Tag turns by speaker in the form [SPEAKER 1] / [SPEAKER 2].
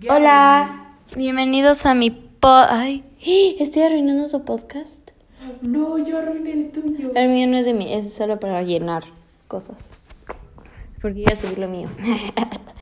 [SPEAKER 1] Ya. Hola, bienvenidos a mi pod. Ay, estoy arruinando su podcast.
[SPEAKER 2] No, yo arruiné el tuyo.
[SPEAKER 1] El mío no es de mí, es solo para llenar cosas. Porque voy a subir lo mío.